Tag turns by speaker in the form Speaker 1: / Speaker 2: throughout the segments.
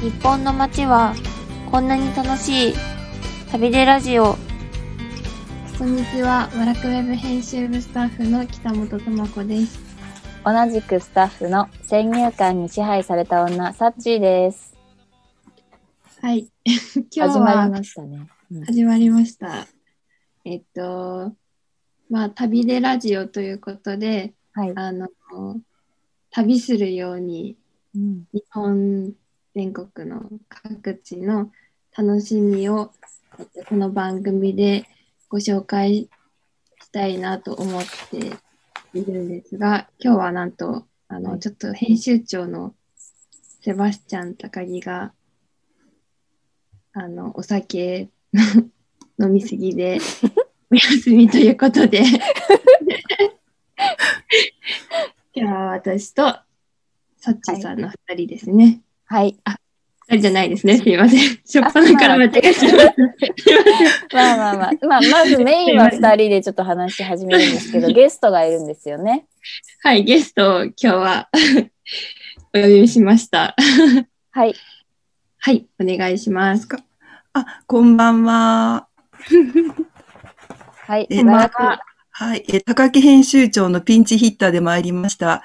Speaker 1: 日本の街はこんなに楽しい旅でラジオ
Speaker 2: こんにちは、ワラクウェブ編集部スタッフの北本智子です。
Speaker 3: 同じくスタッフの先入観に支配された女、サッチーです。
Speaker 2: はい、 今日
Speaker 3: 始まり
Speaker 2: は
Speaker 3: ましたね。うん
Speaker 2: 始まりました。えっと、まあ、旅でラジオということで、
Speaker 3: はい。
Speaker 2: あの、旅するように
Speaker 3: うん
Speaker 2: 日本全国の各地の楽しみをえっとこの番組でご紹介したいなと思っているんですが今日はなんとあの、
Speaker 3: はい
Speaker 2: ちょっと編集長のセバスチャン高木があのお酒の飲みすぎ でお休みということで 今日は私とサッチーさんの2人ですね。
Speaker 3: はい。
Speaker 2: あじゃないですね。すいません。しょっぱなから間違えちゃいました。
Speaker 3: まあまあまあ、まあ、まずメインは二人でちょっと話し始めるんですけど、ゲストがいるんですよね。
Speaker 2: はい、ゲストを今日はお呼びしました。
Speaker 3: はい。
Speaker 2: はい、お願いします。か
Speaker 4: あ、こんばんは。
Speaker 3: はい。
Speaker 4: え
Speaker 3: しばらく
Speaker 2: まあ。
Speaker 4: はい。えー、高木編集長のピンチヒッターで参り ました。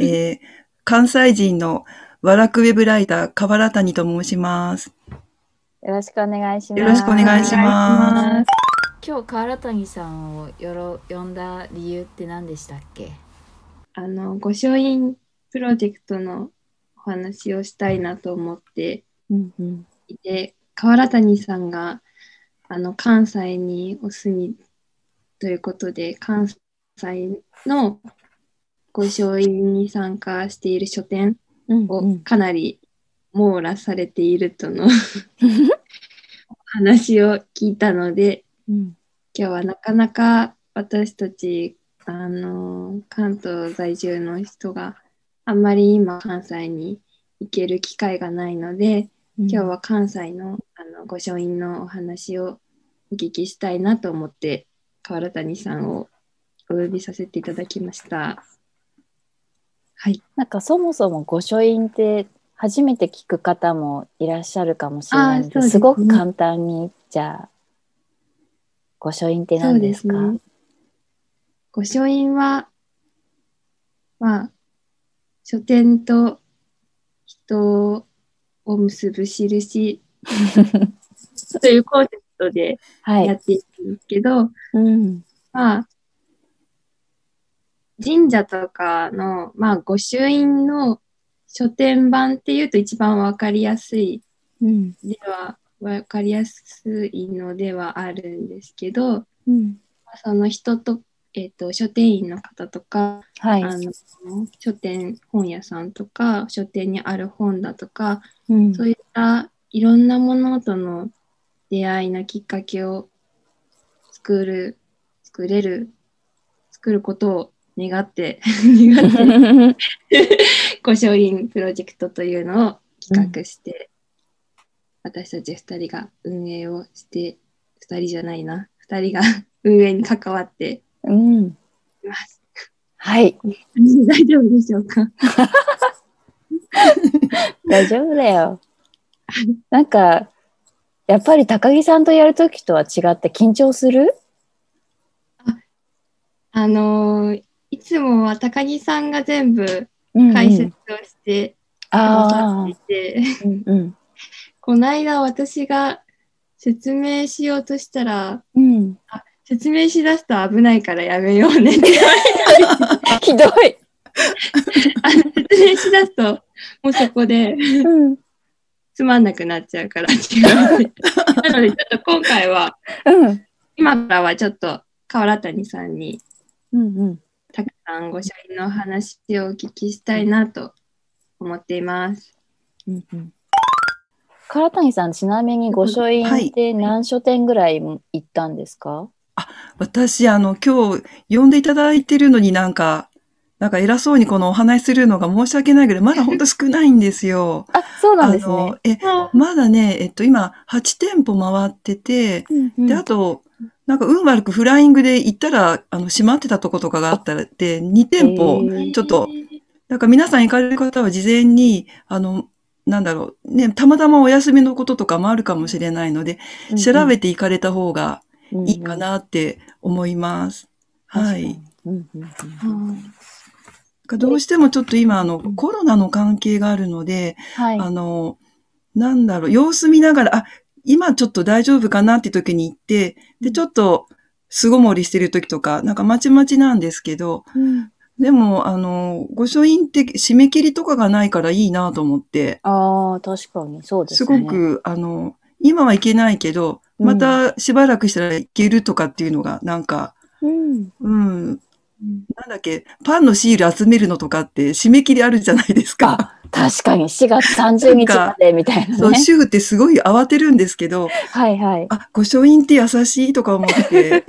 Speaker 4: えー関西人の和楽ウェブライター、河原谷と申します。
Speaker 3: よろしくお願いします。
Speaker 4: よろしくお願いします
Speaker 5: 今日川原谷さんをよろ呼んだ理由って何でしたっけ
Speaker 2: あの、御書院プロジェクトのお話をしたいなと思って
Speaker 3: うんうん
Speaker 2: いて、河原谷さんがあの関西にお住みということで、関西の御書院に参加している書店
Speaker 3: うんう
Speaker 2: を
Speaker 3: ん
Speaker 2: かなり網羅されている との話を聞いたので
Speaker 3: うん
Speaker 2: 今日はなかなか私たちあの関東在住の人があんまり今関西に行ける機会がないので
Speaker 3: 今
Speaker 2: 今日は関西のあの御書院のお話をお聞きしたいなと思って河原谷さんをお呼びさせていただきました。はい、
Speaker 3: なんかそもそも御書院って初めて聞く方もいらっしゃるかもしれないの
Speaker 2: あーそう
Speaker 3: で
Speaker 2: ですね
Speaker 3: すごく簡単にじゃあ御書院って
Speaker 2: そう
Speaker 3: 何
Speaker 2: で
Speaker 3: です
Speaker 2: す
Speaker 3: か
Speaker 2: ね。御書院は、まあ、書店と人を結ぶ 印というコンセプトで
Speaker 3: は
Speaker 2: や
Speaker 3: い、
Speaker 2: っていくんですけど、
Speaker 3: うん
Speaker 2: まあ、神社とかの、まあ、御朱印の書店版っていうと一番わかりやすい
Speaker 3: うん
Speaker 2: では、わかりやすいのではあるんですけど、
Speaker 3: うん、
Speaker 2: その人と,、えっと書店員の方とか、
Speaker 3: はい、
Speaker 2: あの書店本屋さんとか書店にある本だとか、
Speaker 3: うん
Speaker 2: そういったいろんなものとの出会いのきっかけを作る作れる作ることを願って 願って御書院プロジェクトというのを企画して、私たち2人が運営をして2人じゃないな2人が 運営に関わって
Speaker 3: うん、
Speaker 2: います。
Speaker 3: はい
Speaker 2: 大丈夫でしょうか
Speaker 3: 大丈夫だよなんかやっぱり高木さんとやるときとは違って緊張する
Speaker 2: あのーいつもは高木さんが全部解
Speaker 3: 解
Speaker 2: 説をしてくだ
Speaker 3: あ
Speaker 2: さ
Speaker 3: あ
Speaker 2: っていて、
Speaker 3: うんうん
Speaker 2: この間私が説明しようとしたら
Speaker 3: うん
Speaker 2: 説明しだすと危ないからやめようねって
Speaker 3: ひどい、
Speaker 2: あの説明しだすともうそこで
Speaker 3: うん
Speaker 2: つまんなくなっちゃうから違う。なのでちょっと今回は
Speaker 3: うん
Speaker 2: 今からはちょっと河原谷さんに
Speaker 3: うんうん
Speaker 2: たくさんご社員のお話をお聞きしたいなと思っています。
Speaker 3: うんうん唐谷さんちなみに御書院って何書店ぐらい行ったんですか、
Speaker 4: 私、あの、今日、呼んでいただいてるのになんか、なんか偉そうにこのお話しするのが申し訳ないぐらい、まだほんと少ないんですよ。
Speaker 3: あ そうなん
Speaker 4: あ
Speaker 3: ですね
Speaker 4: の、え、まだね、えっと、今、8店舗回ってて、
Speaker 3: うんうん
Speaker 4: で、あと、なんか運悪くフライングで行ったら、あの、閉まってたとことかがあったら、で、2店舗、
Speaker 3: へー
Speaker 4: ちょっと、なんか皆さん行かれる方は事前に、あの、なんだろう、ね、たまたまお休みのこととかもあるかもしれないので、調べていかれた方がいいかなって思います。はい。
Speaker 3: うんうんうん。
Speaker 4: どうしてもちょっと今、あの、コロナの関係があるので、
Speaker 1: はい。
Speaker 4: あの、なんだろう、様子見ながら、あ、今ちょっと大丈夫かなって時に行って、で、ちょっと巣ごもりしてる時とか、なんかまちまちなんですけど、でも、あの、御書院って締め切りとかがないからいいなと思って、
Speaker 3: ああ、確かに、そうです
Speaker 4: す
Speaker 3: ね。
Speaker 4: ごく、あの、今はいけないけど、またしばらくしたらいけるとかっていうのが、なんか、
Speaker 3: うん。
Speaker 4: うん、なんだっけ、パンのシール集めるのとかって締め切りあるじゃないですか。
Speaker 3: あ、確かに、4月30日までみたい
Speaker 4: そ
Speaker 3: な
Speaker 4: う、
Speaker 3: ね。
Speaker 4: 主婦ってすごい慌てるんですけど、
Speaker 3: はいは
Speaker 4: あ、御書院って優しいとか 思って、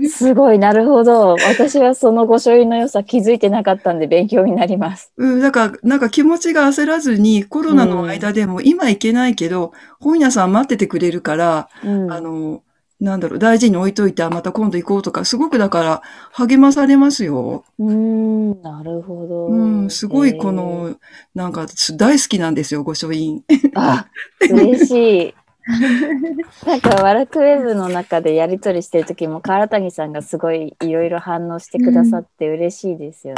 Speaker 3: い。すごい、なるほど。私はその御書院の良さ気づいてなかったんで勉強になります。
Speaker 4: うん、だから、なんか気持ちが焦らずに、コロナの間でも今行けないけど、本屋さん待っててくれるから、
Speaker 3: うん。
Speaker 4: あの、なんだろう、大事に置いといて、あまた今度行こうとか、すごくだから、励まされますよ。
Speaker 3: うーん、なるほど。
Speaker 4: うん、すごいこの、なんか、大好きなんですよ、御書院。
Speaker 3: えー。あ、嬉しい。なんか、ワラクウェブの中でやりとりしてる時も、川谷さんがすごいいろいろ反応してくださって嬉しいですよ。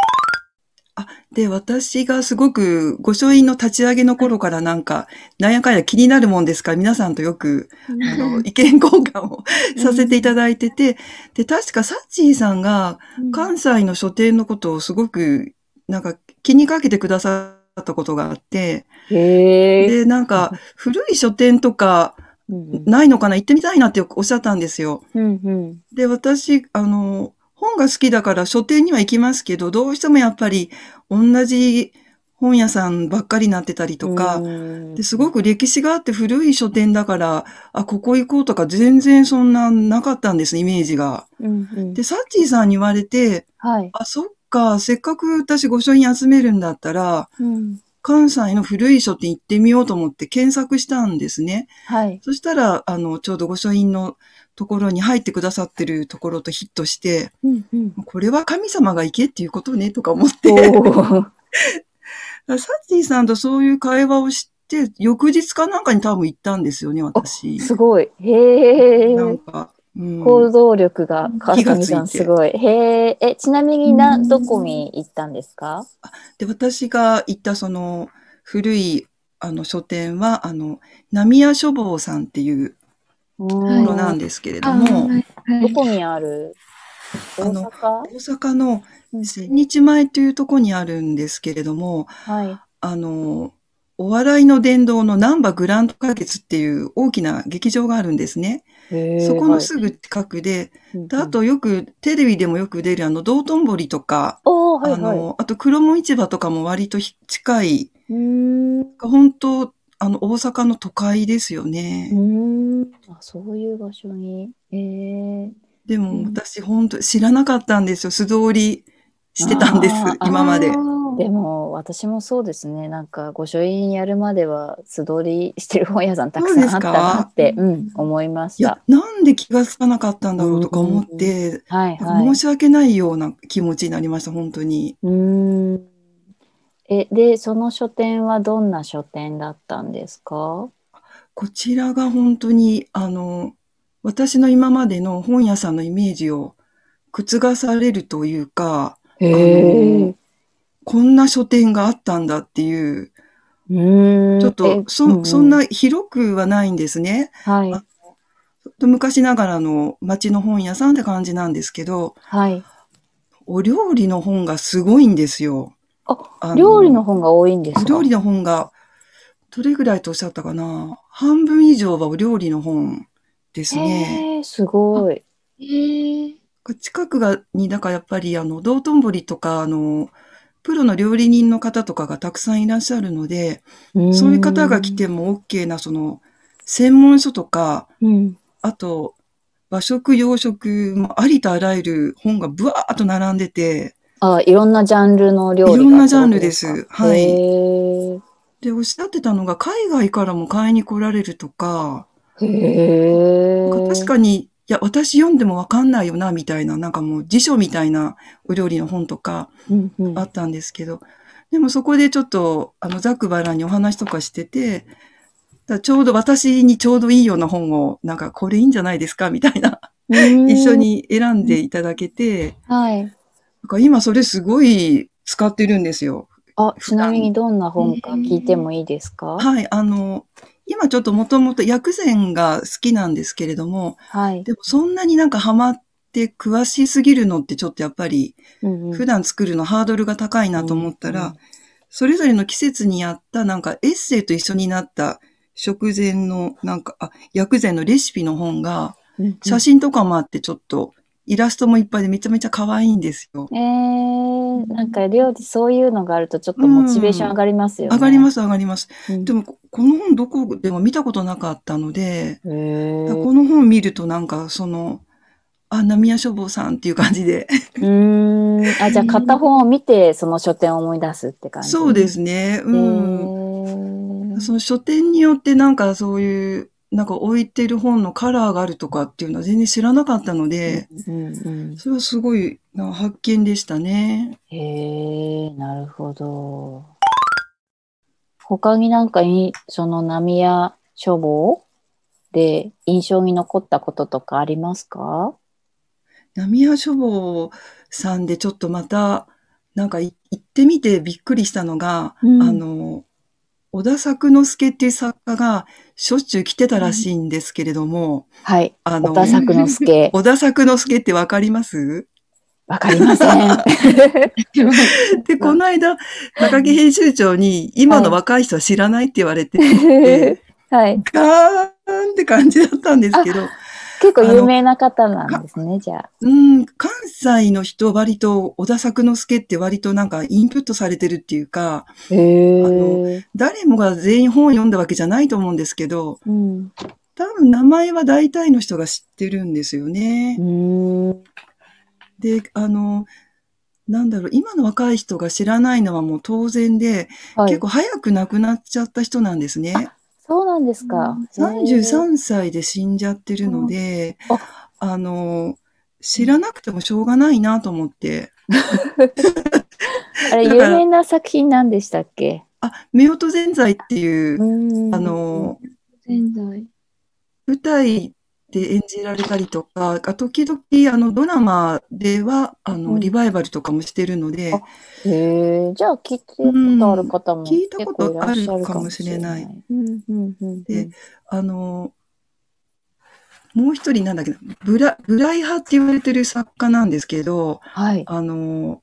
Speaker 4: で、私がすごく、御書院の立ち上げの頃からなんか、なんやかんや気になるもんですから、皆さんとよく、あの、意見交換をさせていただいてて、で、確かサッチーさんが、関西の書店のことをすごく、なんか、気にかけてくださったことがあって、
Speaker 3: へえ。
Speaker 4: で、なんか、古い書店とか、
Speaker 3: うん
Speaker 4: ないのかな行ってみたいなっておっしゃったんですよ。
Speaker 3: うんうん。
Speaker 4: で、私、あの、本が好きだから書店には行きますけど、どうしてもやっぱり同じ本屋さんばっかりになってたりとか、ですご
Speaker 3: く
Speaker 4: く歴史があって古い書店だから、あ、ここ行こうとか全然そんななかったんです、イメージが。で、サッチーさんに言われて、
Speaker 3: はい。
Speaker 4: あ、そっか、せっかく私御書院集めるんだったら、
Speaker 3: うん
Speaker 4: 関西の古い書店行ってみようと思って検索したんですね。
Speaker 3: はい。
Speaker 4: そしたら、あの、ちょうど御書院のところに入ってくださってるところとヒットして、
Speaker 3: うんうん。
Speaker 4: これは神様が行けっていうことね、とか思っ
Speaker 3: お
Speaker 4: て、
Speaker 3: ー
Speaker 4: サッティさんとそういう会話をして、翌日かなんかに多分行ったんですよね、私。
Speaker 3: すごい。へえ。
Speaker 4: なんか、うん、
Speaker 3: 行動力が川上さん
Speaker 4: 火がついて
Speaker 3: すごい。へえ。え、ちなみにな、どこに行ったんですか
Speaker 4: で、私が行ったその古いあの書店は、あの、浪屋書房さんっていう
Speaker 3: う
Speaker 2: い
Speaker 4: ところなんですけれども、
Speaker 2: はい
Speaker 3: どこにある
Speaker 4: あ
Speaker 3: 大
Speaker 4: の
Speaker 3: 阪
Speaker 4: 大阪の
Speaker 3: うん
Speaker 4: 千日前というところにあるんですけれども、
Speaker 3: はい。
Speaker 4: あの、お笑いの殿堂のナンバグランド花月っていう大きな劇場があるんですね。そこのすぐ近くで、であ
Speaker 3: と、
Speaker 4: とよくテレビでもよく出るあの道頓堀とか、
Speaker 3: おー、はい
Speaker 4: あ
Speaker 3: はい。
Speaker 4: の、あと黒門市場とかも割とひ近い、
Speaker 3: うーん。う
Speaker 4: 本当あの、大阪の都会ですよね。
Speaker 3: ーん。あ、そういう場所に。へえ。
Speaker 4: でも私本当知らなかったんですよ。素通りしてたんです
Speaker 3: あ、ー
Speaker 4: 今まで。
Speaker 3: でも私もそうですねなんか御書院やるまでは素通りしてる本屋さんたくさんあったなって、うん、思いまし
Speaker 4: いや
Speaker 3: た、。
Speaker 4: なんで気がつかなかったんだろうとか思って、
Speaker 3: はい
Speaker 4: なんか
Speaker 3: はい
Speaker 4: 申。し訳ないような気持ちになりました、本当に。
Speaker 3: うーんえでその書店はどんな書店だったんですか
Speaker 4: こちらが本当に、あの、私の今までの本屋さんのイメージを覆されるというか、
Speaker 3: へ
Speaker 4: えこんな書店があったんだっていう、
Speaker 3: うーん
Speaker 4: ちょっ
Speaker 3: え
Speaker 4: と、
Speaker 3: うう
Speaker 4: そ、そんな広くはないんですね。
Speaker 3: はい
Speaker 4: あ昔ながらの街の本屋さんって感じなんですけど、
Speaker 3: はい
Speaker 4: お料理の本がすごいんですよ。
Speaker 3: あ
Speaker 4: あ
Speaker 3: 料理の本が多いんですか
Speaker 4: 料理の本が、どれぐらいとおっしゃったかな半分以上はお料理の本ですね。
Speaker 3: へーすごい
Speaker 2: え
Speaker 4: 近くが、に、だからやっぱりあの、道頓堀とか、あの、プロの料理人の方とかがたくさんいらっしゃるので、そういう方が来ても OK な、その、専門書とか、
Speaker 3: うん
Speaker 4: あと、和食、洋食、もありとあらゆる本がブワーっと並んでて、
Speaker 3: あいろんなジャンルの料理が
Speaker 4: いろんなジャンルです
Speaker 3: ってことか
Speaker 4: はい
Speaker 3: へー
Speaker 4: で、おっしゃってたのが、海外からも買いに来られるとか、
Speaker 3: へえ。
Speaker 4: なんか確かに、いや、私読んでもわかんないよな、みたいな、なんかもう辞書みたいなお料理の本とか
Speaker 3: うんうん
Speaker 4: あったんですけど、でもそこでちょっと、あの、ザックバランにお話とかしてて、だちょうど私にちょうどいいような本を、なんかこれいいんじゃないですかみたいな、一緒。に選んでいただけて、
Speaker 3: はい。
Speaker 4: なんか今それすごい使ってるんですよ。
Speaker 3: あ、ちなみにどんな本か聞いてもいいですか
Speaker 4: はい、あの、今ちょっともともと薬膳が好きなんですけれども、
Speaker 3: はい。
Speaker 4: でもそんなになんかハマって詳しすぎるのってちょっとやっぱり
Speaker 3: うんうん
Speaker 4: 普段作るのハードルが高いなと思ったら、それぞれの季節にあったなんかエッセイと一緒になった食前のなんか、あ、薬膳のレシピの本が
Speaker 3: うんうん
Speaker 4: 写真とかもあってちょっとイラストもいっぱいでめちゃめちゃ可愛いんですよ。
Speaker 3: えー、なんか料理そういうのがあるとちょっとモチベーション上がりますよね。。
Speaker 4: 上がりますす上がります。
Speaker 3: うん
Speaker 4: でもここの本どこでも見たことなかったので、
Speaker 3: へー
Speaker 4: この本見るとなんかその、あ、浪屋書房さんっていう感じで。
Speaker 3: うーん。あ、じゃあ買った本を見て、その書店を思い出すって感じ。
Speaker 4: そうですね。
Speaker 3: へ
Speaker 4: うん。
Speaker 3: ー
Speaker 4: その書店によってなんかそういう、なんか置いてる本のカラーがあるとかっていうのは全然知らなかったので、
Speaker 3: うんうん
Speaker 4: それはすごいな発見でしたね。
Speaker 3: へえ、なるほど。他になんかい、その浪屋書房で印象に残ったこととかありますか
Speaker 4: 浪屋書房さんでちょっとまた、なんかい行ってみてびっくりしたのが、
Speaker 3: うん
Speaker 4: あの、小田作之助っていう作家がしょっちゅう来てたらしいんですけれども、
Speaker 3: はい。
Speaker 4: あ
Speaker 3: 小
Speaker 4: の、
Speaker 3: 田作之助。
Speaker 4: 小田作之助ってわか ります
Speaker 3: わかりませ ん。
Speaker 4: で、この間、高木編集長に、今の若い人は知らないって言われてて、
Speaker 3: はい。
Speaker 4: ガーンって感じだったんですけど、
Speaker 3: 結構有名な方なんですね、じゃあ。
Speaker 4: うん、関西の人割と、小田作之助って割となんかインプットされてるっていうか、
Speaker 3: へえ。
Speaker 4: 誰もが全員本を読んだわけじゃないと思うんですけど、
Speaker 3: うん。
Speaker 4: 多分名前は大体の人が知ってるんですよね
Speaker 3: う。ーん。
Speaker 4: で、あの、なんだろう、今の若い人が知らないのはもう当然で、
Speaker 3: は
Speaker 4: 結
Speaker 3: い。
Speaker 4: 構早く亡くなっちゃった人なんですね。
Speaker 3: そうなんですか。へー
Speaker 4: 33歳で死んじゃってるので、
Speaker 3: うん
Speaker 4: あの、知らなくてもしょうがないなと思って、
Speaker 3: あれ、有
Speaker 4: だから
Speaker 3: 名な作品なんでしたっけ
Speaker 4: あ、夫婦全財っていうう、
Speaker 3: ーん
Speaker 4: あ、の、
Speaker 2: 現在。
Speaker 4: 舞台で演じられたりとか、あ時々あのドラマではあ
Speaker 3: う
Speaker 4: の
Speaker 3: ん
Speaker 4: リバイバルとかもしてるので、
Speaker 3: あへえ、じゃあ聞いたことある方も
Speaker 4: うん聞いた
Speaker 3: 結
Speaker 4: こ
Speaker 3: 構い
Speaker 4: と
Speaker 3: ら
Speaker 4: あ
Speaker 3: っ
Speaker 4: る
Speaker 3: しゃる
Speaker 4: か
Speaker 3: か
Speaker 4: も
Speaker 3: もし
Speaker 4: しれ
Speaker 3: れ
Speaker 4: な
Speaker 3: ないい。うんうんうんうん
Speaker 4: であの、もう一人なんだっけな、ブラ、ブライ派って言われてる作家なんですけど、
Speaker 3: はい。
Speaker 4: あの、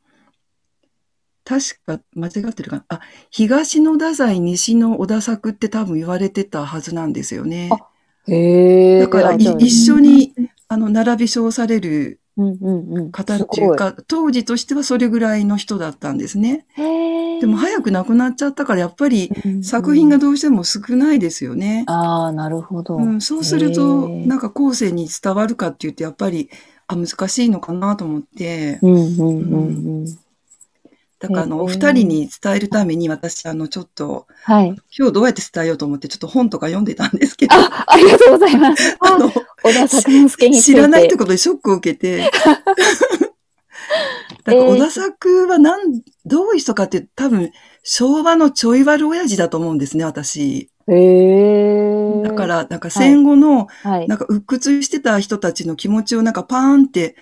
Speaker 4: 確か間違ってるかな。あ、東の太宰、西の小田作って多分言われてたはずなんですよね。
Speaker 3: あへえ。
Speaker 4: だから、
Speaker 3: あ
Speaker 4: い
Speaker 3: じゃあ
Speaker 4: 一緒に、あの、並び称される
Speaker 3: うんうんうん。
Speaker 4: 方っていうか、当時としてはそれぐらいの人だったんですね。
Speaker 3: すごい。へえ。
Speaker 4: でも早く亡くなっちゃったから、やっぱり
Speaker 3: うんうん
Speaker 4: 作品が。どうしても少ないですよね。
Speaker 3: ああ、なるほど。
Speaker 4: うん、そうすると、
Speaker 3: へえ
Speaker 4: なんか後世に伝わるかって言って、やっぱり、あ、難しいのかなと思って。
Speaker 3: うんうんうんうん。
Speaker 4: だからあ
Speaker 3: へ
Speaker 4: の、
Speaker 3: ー
Speaker 4: お二人に伝えるために私、あの、ちょっと、
Speaker 3: はい。
Speaker 4: 今日どうやって伝えようと思って、ちょっと本とか読んでたんですけど、あ
Speaker 3: あ、ありがとうございます。
Speaker 4: の、
Speaker 3: 小田作之助について。
Speaker 4: 知らないってことでショックを受 けて、だから
Speaker 3: えー
Speaker 4: 小田作はなん、どういう人かって多分、昭和のちょい悪親父だと思うんですね、私。
Speaker 3: へえ。
Speaker 4: だか、ら、なんか戦後の、
Speaker 3: はい。
Speaker 4: なんか鬱屈してた人たちの気持ちをなんかパーンって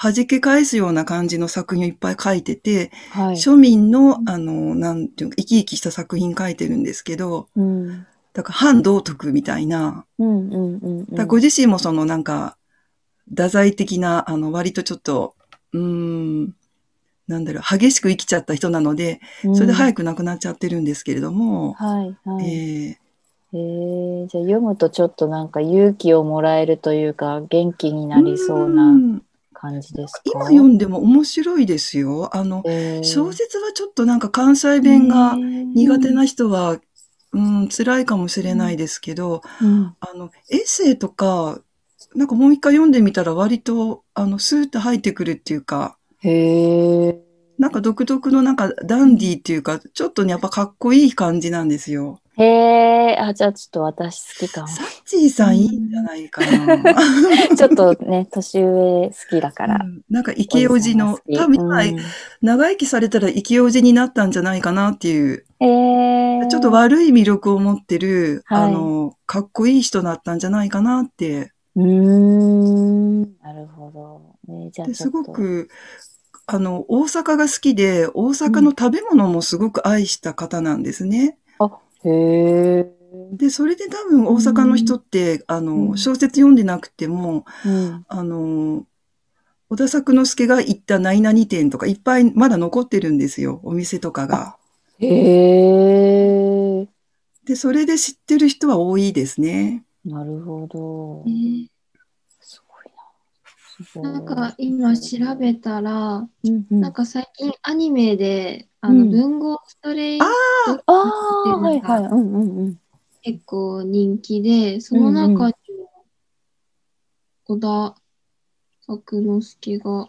Speaker 4: 弾け返すような感じの作品をいっぱい書いてて、
Speaker 3: はい。
Speaker 4: 庶民の、あの、なんていうの、生き生きした作品書いてるんですけど、
Speaker 3: うん。
Speaker 4: だから反道徳みたいな。
Speaker 3: うんうんうんうん。
Speaker 4: だからご自身もそのなんか、太宰的な、あの、割とちょっと、うーん、なんだろう、激しく生きちゃった人なので、それで早
Speaker 3: く。
Speaker 4: く亡くなっちゃってるんですけれども、
Speaker 3: はいはい。
Speaker 4: えー
Speaker 3: へえじゃあ読むとちょっとなんか勇気をもらえるというか元気になりそう
Speaker 4: う
Speaker 3: なん感じですか
Speaker 4: 今読んでも面白いですよ。あの、
Speaker 3: へえ
Speaker 4: 小説はちょっとなんか関西弁が苦手
Speaker 3: な、
Speaker 4: な人は、うん、辛いかもしれないですけど、
Speaker 3: うん
Speaker 4: あの、エッセイとか、なんかもう一回読んでみたら割と、あの、スーッと入ってくるっていうか、
Speaker 3: へえ
Speaker 4: なんか独特のなんかダンディーっていうか、ちょっとね、やっぱかっこいい感じなんですよ。
Speaker 3: へえあじゃあちょっと私好きかも
Speaker 4: さチーさんいいんじゃないかな。
Speaker 3: ちょっとね、 年上好きだから
Speaker 4: う。んな んか、イケオジの、
Speaker 3: おじさんが
Speaker 4: 多
Speaker 3: 好き
Speaker 4: 分今、
Speaker 3: うん
Speaker 4: 長生きされたらイケオジになったんじゃないかなっていう、
Speaker 3: えー、
Speaker 4: ちょっと悪い魅力を持ってる、
Speaker 3: はい
Speaker 4: あの、かっこいい人だったんじゃないかなって。
Speaker 3: うーん、なるほど。ね、じゃあ
Speaker 4: です
Speaker 3: ちょ
Speaker 4: ご
Speaker 3: っと。
Speaker 4: く、あの、大阪が好きで、大阪の食べ物もすごく愛した方なんですね。
Speaker 3: へえ。
Speaker 4: で、それで多分大阪の人って、あ
Speaker 3: う
Speaker 4: の、
Speaker 3: ん
Speaker 4: 小説読んでなくても、
Speaker 3: うん。
Speaker 4: あの、小田作之助が行った何々店とかいっぱいまだ残ってるんですよ、お店とかが。
Speaker 3: へえ。
Speaker 4: で、それで知ってる人は多いですね。
Speaker 3: なるほど。
Speaker 2: ね
Speaker 3: すごいな。
Speaker 2: なんか今調べたら、
Speaker 3: べ、うんうん、
Speaker 2: なんか最近アニメで、あの、
Speaker 3: うん
Speaker 2: 文豪ストレイ
Speaker 4: あ
Speaker 3: ああ、はいはい。うんうんうん。
Speaker 2: 結構人気で、その中にも、小田作之助が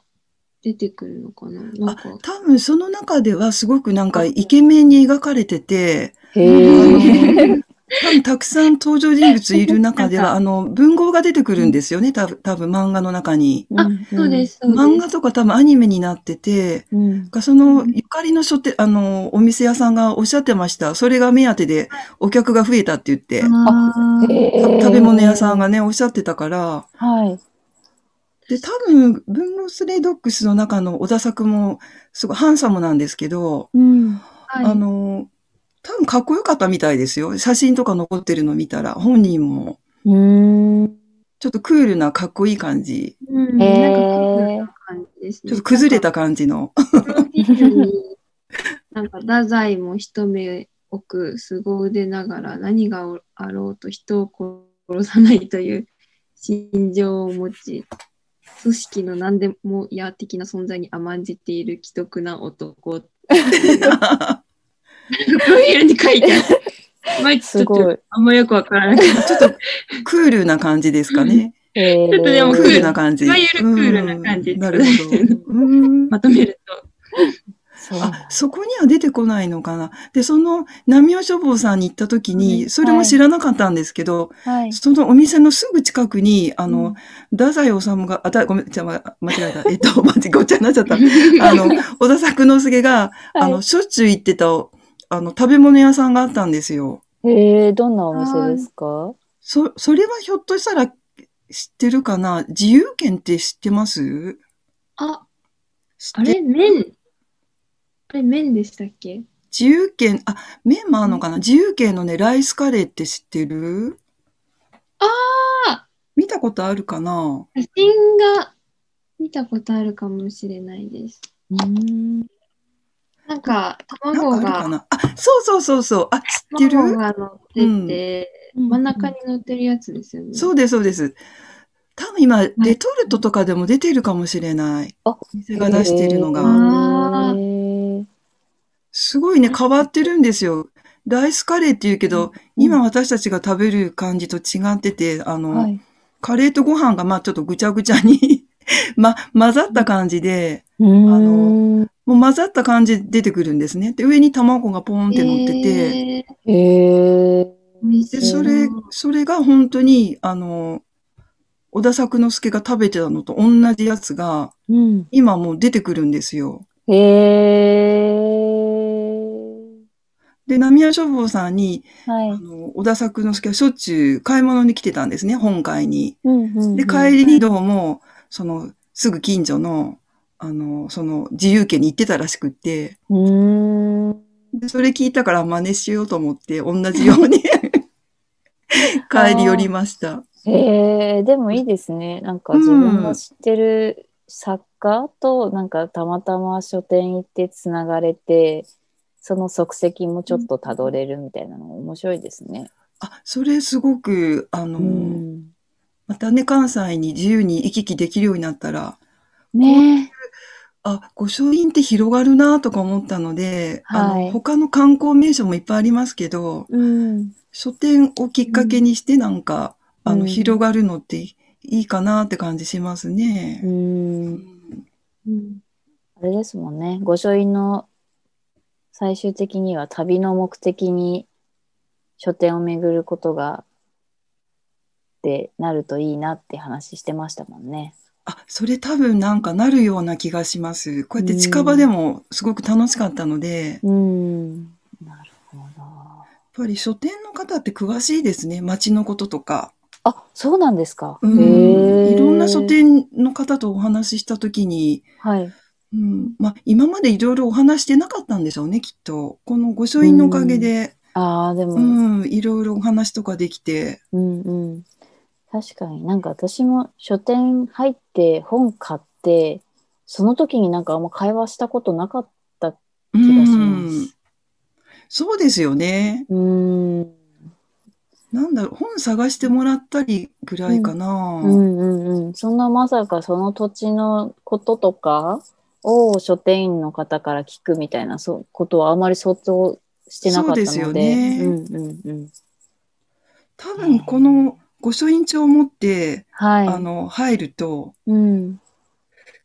Speaker 2: 出てくるのかななんか、
Speaker 4: 多分その中ではすごくなんかイケメンに描かれてて、あの
Speaker 3: へえ。。
Speaker 4: 多分たくさん登場人物いる中では、あの、文豪が出てくるんですよね、多分多分漫画の中に。
Speaker 2: あそうですす、そうです。
Speaker 4: 漫画とか多分アニメになってて、
Speaker 3: うん。
Speaker 4: そのゆかりの書店、あの、お店屋さんがおっしゃってました。それが目当てでお客が増えたって言って、
Speaker 2: あー
Speaker 3: へー
Speaker 4: 食べ物屋さん。がね、おっしゃってたから、
Speaker 3: はい。
Speaker 4: で、多分、文豪スレイドックスの中の小田作も、すごいハンサムなんですけど、
Speaker 3: うん。
Speaker 2: はい
Speaker 4: あの、多分かっこよかったみたいですよ。写真とか残ってるの見たら、本人も、
Speaker 3: うーん。
Speaker 4: ちょっとクールなかっこいい感じ、
Speaker 2: うん、
Speaker 3: へー
Speaker 2: なんかカラフルな感じですね。
Speaker 4: ちょっと崩れた感じの。
Speaker 2: なんか、太宰も一目置く凄腕ながら何があろうと人を殺さないという心情を持ち、組織の何でもや的な存在に甘んじている既得な男。プロフィ
Speaker 4: ち
Speaker 2: ールに書い てある。まあちょ
Speaker 3: す
Speaker 2: っ
Speaker 3: ご
Speaker 2: と
Speaker 3: い。
Speaker 2: あんまよくわからなくて、
Speaker 4: ょっとクールな感じですかね。
Speaker 3: え
Speaker 2: ちょっとでもク
Speaker 4: クー
Speaker 2: ール
Speaker 4: ルな感じ。
Speaker 2: いわゆるクールな感じ
Speaker 4: うんなるほど。うん
Speaker 2: まとめると。
Speaker 3: そうなん
Speaker 4: あ
Speaker 3: だ、
Speaker 4: そこには出てこないのかな。で、その、浪尾書房さんに行った時
Speaker 3: う
Speaker 4: に、
Speaker 3: ん
Speaker 4: それも知らなかったんですけど、
Speaker 3: はい。
Speaker 4: そのお店のすぐ近くに、あ
Speaker 3: うん
Speaker 4: の、太宰治が、あ、だ、ごめん、じゃあ、ま間違え た。えっと、間違ごっちゃになっちゃった。あの、小田作之助が、あ
Speaker 3: は
Speaker 4: の、しょっちゅう行ってた、あの、食べ物屋さんがあったんですよ。
Speaker 3: い、へえ、どんなお店ですか
Speaker 4: そ、それはひょっとしたら知ってるかな自由券って知ってます
Speaker 2: あ、
Speaker 4: 知
Speaker 2: あ
Speaker 4: って
Speaker 2: れ、麺あれ、麺でしたっけ
Speaker 4: 自由券、あ、メンマあるのかな自由券のね、ライスカレーって知ってる
Speaker 2: ああ
Speaker 4: 見たことあるかな
Speaker 2: 写真が見たことあるかもしれないです。
Speaker 3: うーん。
Speaker 2: なんか、
Speaker 4: なんか
Speaker 2: 卵
Speaker 4: ある
Speaker 2: が
Speaker 4: か、なあ、そうそうそうそう。あ、知ってる
Speaker 2: 卵が乗ってて、
Speaker 3: うん
Speaker 2: 真ん中に乗ってるやつですよね。
Speaker 4: そうです、そうです。多分今、レトルトとかでも出てるかもしれない。
Speaker 3: あ
Speaker 4: お店が出してるの
Speaker 3: へ
Speaker 4: が。
Speaker 2: あ
Speaker 3: ー
Speaker 4: すごいね、変わってるんですよ。ライスカレーって言うけど、今私たちが食べる感じと違ってて、あの、
Speaker 3: はい。
Speaker 4: カレーとご飯がまあちょっとぐちゃぐちゃに、 ま、混ざった感じで、
Speaker 3: あの、
Speaker 4: もう混ざった感じで出てくるんですね。で、上に卵がポーンって乗ってて、
Speaker 2: えー
Speaker 3: へえ。
Speaker 2: 美味し
Speaker 4: で、
Speaker 2: い
Speaker 4: それ、それが本当に、あの、小田作之助が食べてたのと同じやつが、
Speaker 3: うん。
Speaker 4: 今もう出てくるんですよ。
Speaker 3: へえ。
Speaker 4: で、浪屋処方さんに、
Speaker 3: はい
Speaker 4: あ。の、小田作之助はしょっちゅう買い物に来てたんですね、本会に。
Speaker 3: うんうんうん
Speaker 4: で、帰りにどうも、その、すぐ近所の、あの、その、自由家に行ってたらしくって、
Speaker 3: うーん。
Speaker 4: でそれ聞いたから真似しようと思って、同じよう に帰り寄りました。
Speaker 3: へえ、でもいいですね。なんか自分の知ってる作家と、なんかたまたま書店行ってつながれて、その足跡もちょっとたどれるみたいなの面白いですね。
Speaker 4: あ、それすごく、あの、
Speaker 3: うん。
Speaker 4: またね、関西に自由に行き来できるようになったら、
Speaker 3: ね
Speaker 4: あ、御書院って広がるなとか思ったので、あ
Speaker 3: は
Speaker 4: の、
Speaker 3: い
Speaker 4: 他の観光名所もいっぱいありますけど、
Speaker 3: うん。
Speaker 4: 書店をきっかけにしてなんか、
Speaker 3: うん
Speaker 4: あ
Speaker 3: う
Speaker 4: の、
Speaker 3: ん
Speaker 4: 広がるのっていいかなって感じします
Speaker 3: う
Speaker 4: ね。
Speaker 3: ん。
Speaker 2: うん
Speaker 3: あれですもんね。御書院の最終的には旅の目的に書店を巡ることがってなるといいなって話してましたもんね。
Speaker 4: あ、それ多分なんかなるような気がします。こうやって近場でもすごく楽しかったので、や
Speaker 3: う
Speaker 4: っ
Speaker 3: ん。なるほど。
Speaker 4: ぱり書店の方って詳しいですね。街のこととか。
Speaker 3: あ、そうなんですか。
Speaker 4: うん
Speaker 3: へー
Speaker 4: いろんな書。店の方とお話ししたときに、
Speaker 3: はい。
Speaker 4: うん、まあ今までいろいろお話してなかったんでしょうね、きっと。この御書院のおかげで、
Speaker 3: ああ、でも、
Speaker 4: う
Speaker 3: うん、
Speaker 4: ん、いろいろお話とかできて、
Speaker 3: うん、確かになんか私も書店入って本買って、その時になんかあんま会話したことなかった
Speaker 4: う
Speaker 3: 気がしま
Speaker 4: ん
Speaker 3: す。、
Speaker 4: そうですよね。
Speaker 3: うん。うん
Speaker 4: なんだろう、本探してもらったりぐらいかな。
Speaker 3: うんうん。そんなまさかその土地のこととかを書店員の方から聞くみたいなそうことはあまり想像してなかったので。
Speaker 4: そうですよね
Speaker 3: うんうんうん。
Speaker 4: 多分この御書院帳を持って、
Speaker 3: はい。
Speaker 4: あの、入ると、
Speaker 3: うん。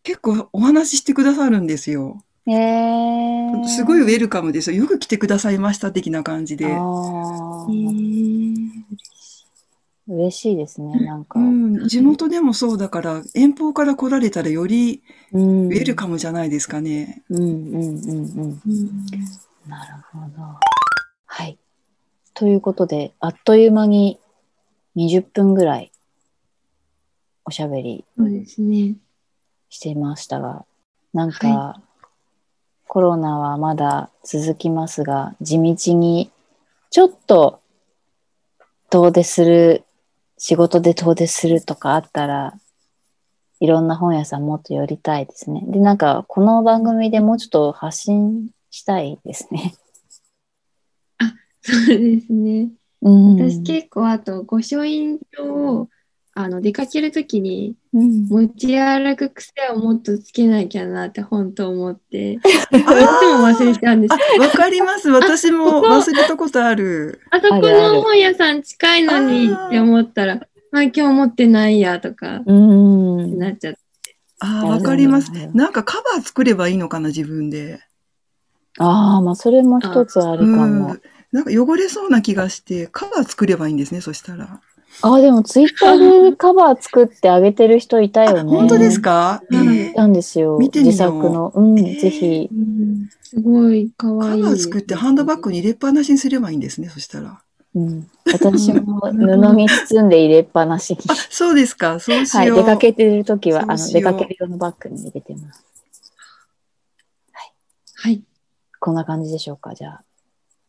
Speaker 4: 結構お話ししてくださるんですよ。
Speaker 3: えー、
Speaker 4: すごいウェルカムですよ。よく来てくださいました的な感じで。
Speaker 3: あ
Speaker 2: え
Speaker 3: ー
Speaker 2: ー
Speaker 3: 嬉しいですね、なんか。
Speaker 4: うん、地元でもそうだから、遠方から来られたらよりウェルカムじゃないですかね。
Speaker 3: ム。うんうんうんうん。
Speaker 2: うん
Speaker 3: なるほど。はい。ということで、あっという間に20分ぐらいおしゃべり
Speaker 2: そうですね。
Speaker 3: してましたが、なんか、
Speaker 2: は
Speaker 3: コロナはまだ続きますが、地道にちょっと遠出する、仕事で遠出するとかあったら、いろんな本屋さんもっと寄りたいですね。で、なんか、この番組でもうちょっと発信したいですね。
Speaker 2: そうですね。
Speaker 3: うん、
Speaker 2: 私結構あと御書印帳をあの出かけるときに
Speaker 3: うん
Speaker 2: 持ち歩く癖をもっとつけなきゃなって本当思って、いつも忘れちゃうんです。
Speaker 4: わかります。私も忘れたことある。
Speaker 2: あそこ
Speaker 3: あるある
Speaker 2: の本屋さん近いのにって思ったら、まあ今日持ってないやとか
Speaker 3: うん。
Speaker 2: なっちゃって。
Speaker 4: ああ、わかります
Speaker 3: なるほ。ど
Speaker 4: なんかカバー作ればいいのかな、自分で。
Speaker 3: ああ、まあ、それも一つある
Speaker 4: う
Speaker 3: かも。
Speaker 4: ん。なんか汚れそうな気がして、カバー作ればいいんですね、そしたら。
Speaker 3: あ、でもツイッター でカバー作ってあげてる人いたよね。
Speaker 4: 本当ですか、
Speaker 2: う
Speaker 4: え
Speaker 2: ん
Speaker 4: え
Speaker 3: なんですよ。
Speaker 4: 見てみよう
Speaker 3: 自作の。うん、
Speaker 4: えー
Speaker 3: ぜひ。
Speaker 2: すごい可
Speaker 4: カバ
Speaker 2: 愛い。
Speaker 4: ー作ってハンドバッグに入れっぱなしにすればいいんですね、そしたら。
Speaker 3: うん、私も布に包んで入れっぱなしに。
Speaker 4: あ、そうですか。そうし
Speaker 3: はい、
Speaker 4: よう。
Speaker 3: 出かけてるときは、あ
Speaker 4: そ
Speaker 3: の、
Speaker 4: うし
Speaker 3: 出
Speaker 4: よう
Speaker 3: かける用のバッグに入れてます。
Speaker 2: はい。
Speaker 3: こんな感じでしょうか、じゃあ。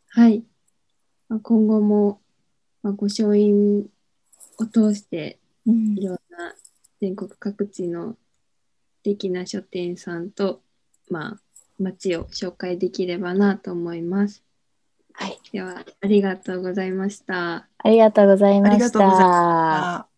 Speaker 2: はい。まあ、今後も、まあ、御書院を通して、いろんな全国各地の素敵な書店さんと、まあ、街を紹介できればなと思います。
Speaker 3: はい。
Speaker 2: では、ありがとうございました。
Speaker 3: ありがとうございま
Speaker 4: ありが
Speaker 3: し
Speaker 4: とうございま
Speaker 3: た。
Speaker 4: あ